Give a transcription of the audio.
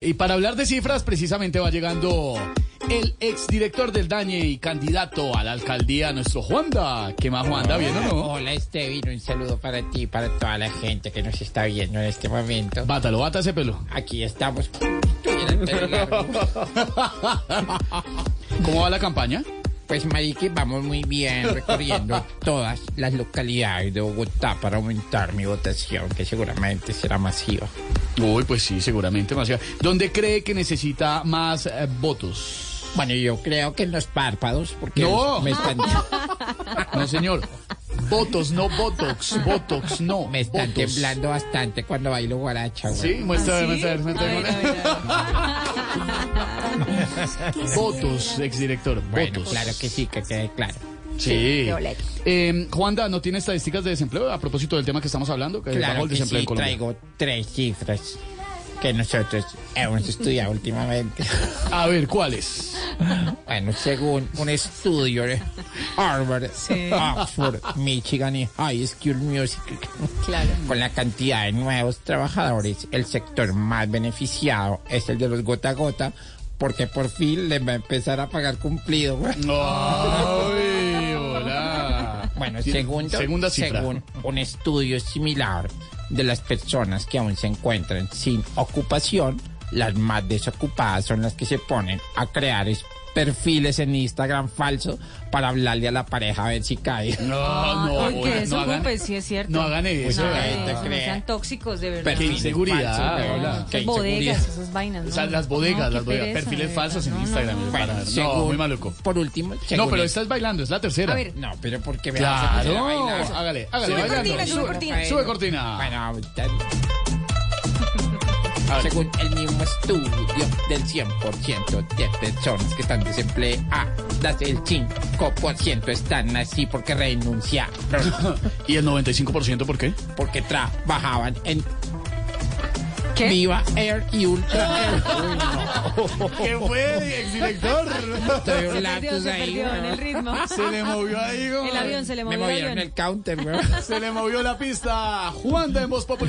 Y para hablar de cifras, precisamente va llegando el exdirector del Dañe y candidato a la alcaldía, nuestro Juanda. ¿Qué más, Juanda? ¿Bien o no? Hola Estevin, un saludo para ti y para toda la gente que nos está viendo en este momento. Bátalo, bata ese pelo. Aquí estamos. Tuviera el pelo largo. ¿Cómo va la campaña? Pues Marique, vamos muy bien recorriendo todas las localidades de Bogotá para aumentar mi votación, que seguramente será masiva. Uy, pues sí, seguramente más. ¿Dónde cree que necesita más eh, votos? Bueno, yo creo que en los párpados, porque No. me están, No, señor. Votos, no Botox. Botox, no. me están votos. temblando bastante cuando bailo guaracha. güey. Pues, Sí, ¿Ah, muestra, muestra, muestra. Votos, exdirector. Bueno, votos. claro que sí, que quede claro. Sí. Eh, Juanda, ¿no tiene estadísticas de desempleo a propósito del tema que estamos hablando? Que bajó Claro el que desempleo sí, en Colombia. traigo tres cifras que nosotros hemos estudiado últimamente. A ver, ¿cuáles? Bueno, según un estudio de Harvard, Oxford, Michigan y High School Music, Claro. con la cantidad de nuevos trabajadores, el sector más beneficiado es el de los gota a gota, porque por fin les va a empezar a pagar cumplido. güey. ¡Ay, hola! Bueno, Sí, segundo, segunda cifra. según un estudio similar de las personas que aún se encuentran sin ocupación, las más desocupadas son las que se ponen a crear es- perfiles en Instagram falso para hablarle a la pareja a ver si cae. No, no, Porque hola, eso, no hagan, pues, sí es cierto. no hagan eso. No, Ay, te no creo. sean tóxicos, de Qué verdad. Perfiles inseguridad, falsos, güey, hola. qué Esas bodegas, inseguridad. esas vainas. O sea, ¿no? las bodegas, No, las qué bodegas. pereza, Perfiles de falsos en verdad, no, Instagram. no. para- Bueno, no, según- muy maluco. Por último, No, según pero el- estás bailando, es la tercera. A ver. No, pero porque me vas a poner a Claro, bailar? hágale, hágale, Sube bailando. cortina, sube cortina. Sube cortina. Bueno, tal- A ver. Según el mismo estudio del 100% de personas que están desempleadas, el 5% están así porque renunciaron, ¿Y el 95% por qué? porque trabajaban en ¿Qué? Viva Air y Ultra Air. ¿Qué fue, exdirector? Estoy un Se perdió, lapsus se ahí. perdió en el ritmo. Se le movió ahí, güey. El avión se le Me movió. el movieron avión. el counter, weón. Se le movió la pista. Juan de Voz Populi.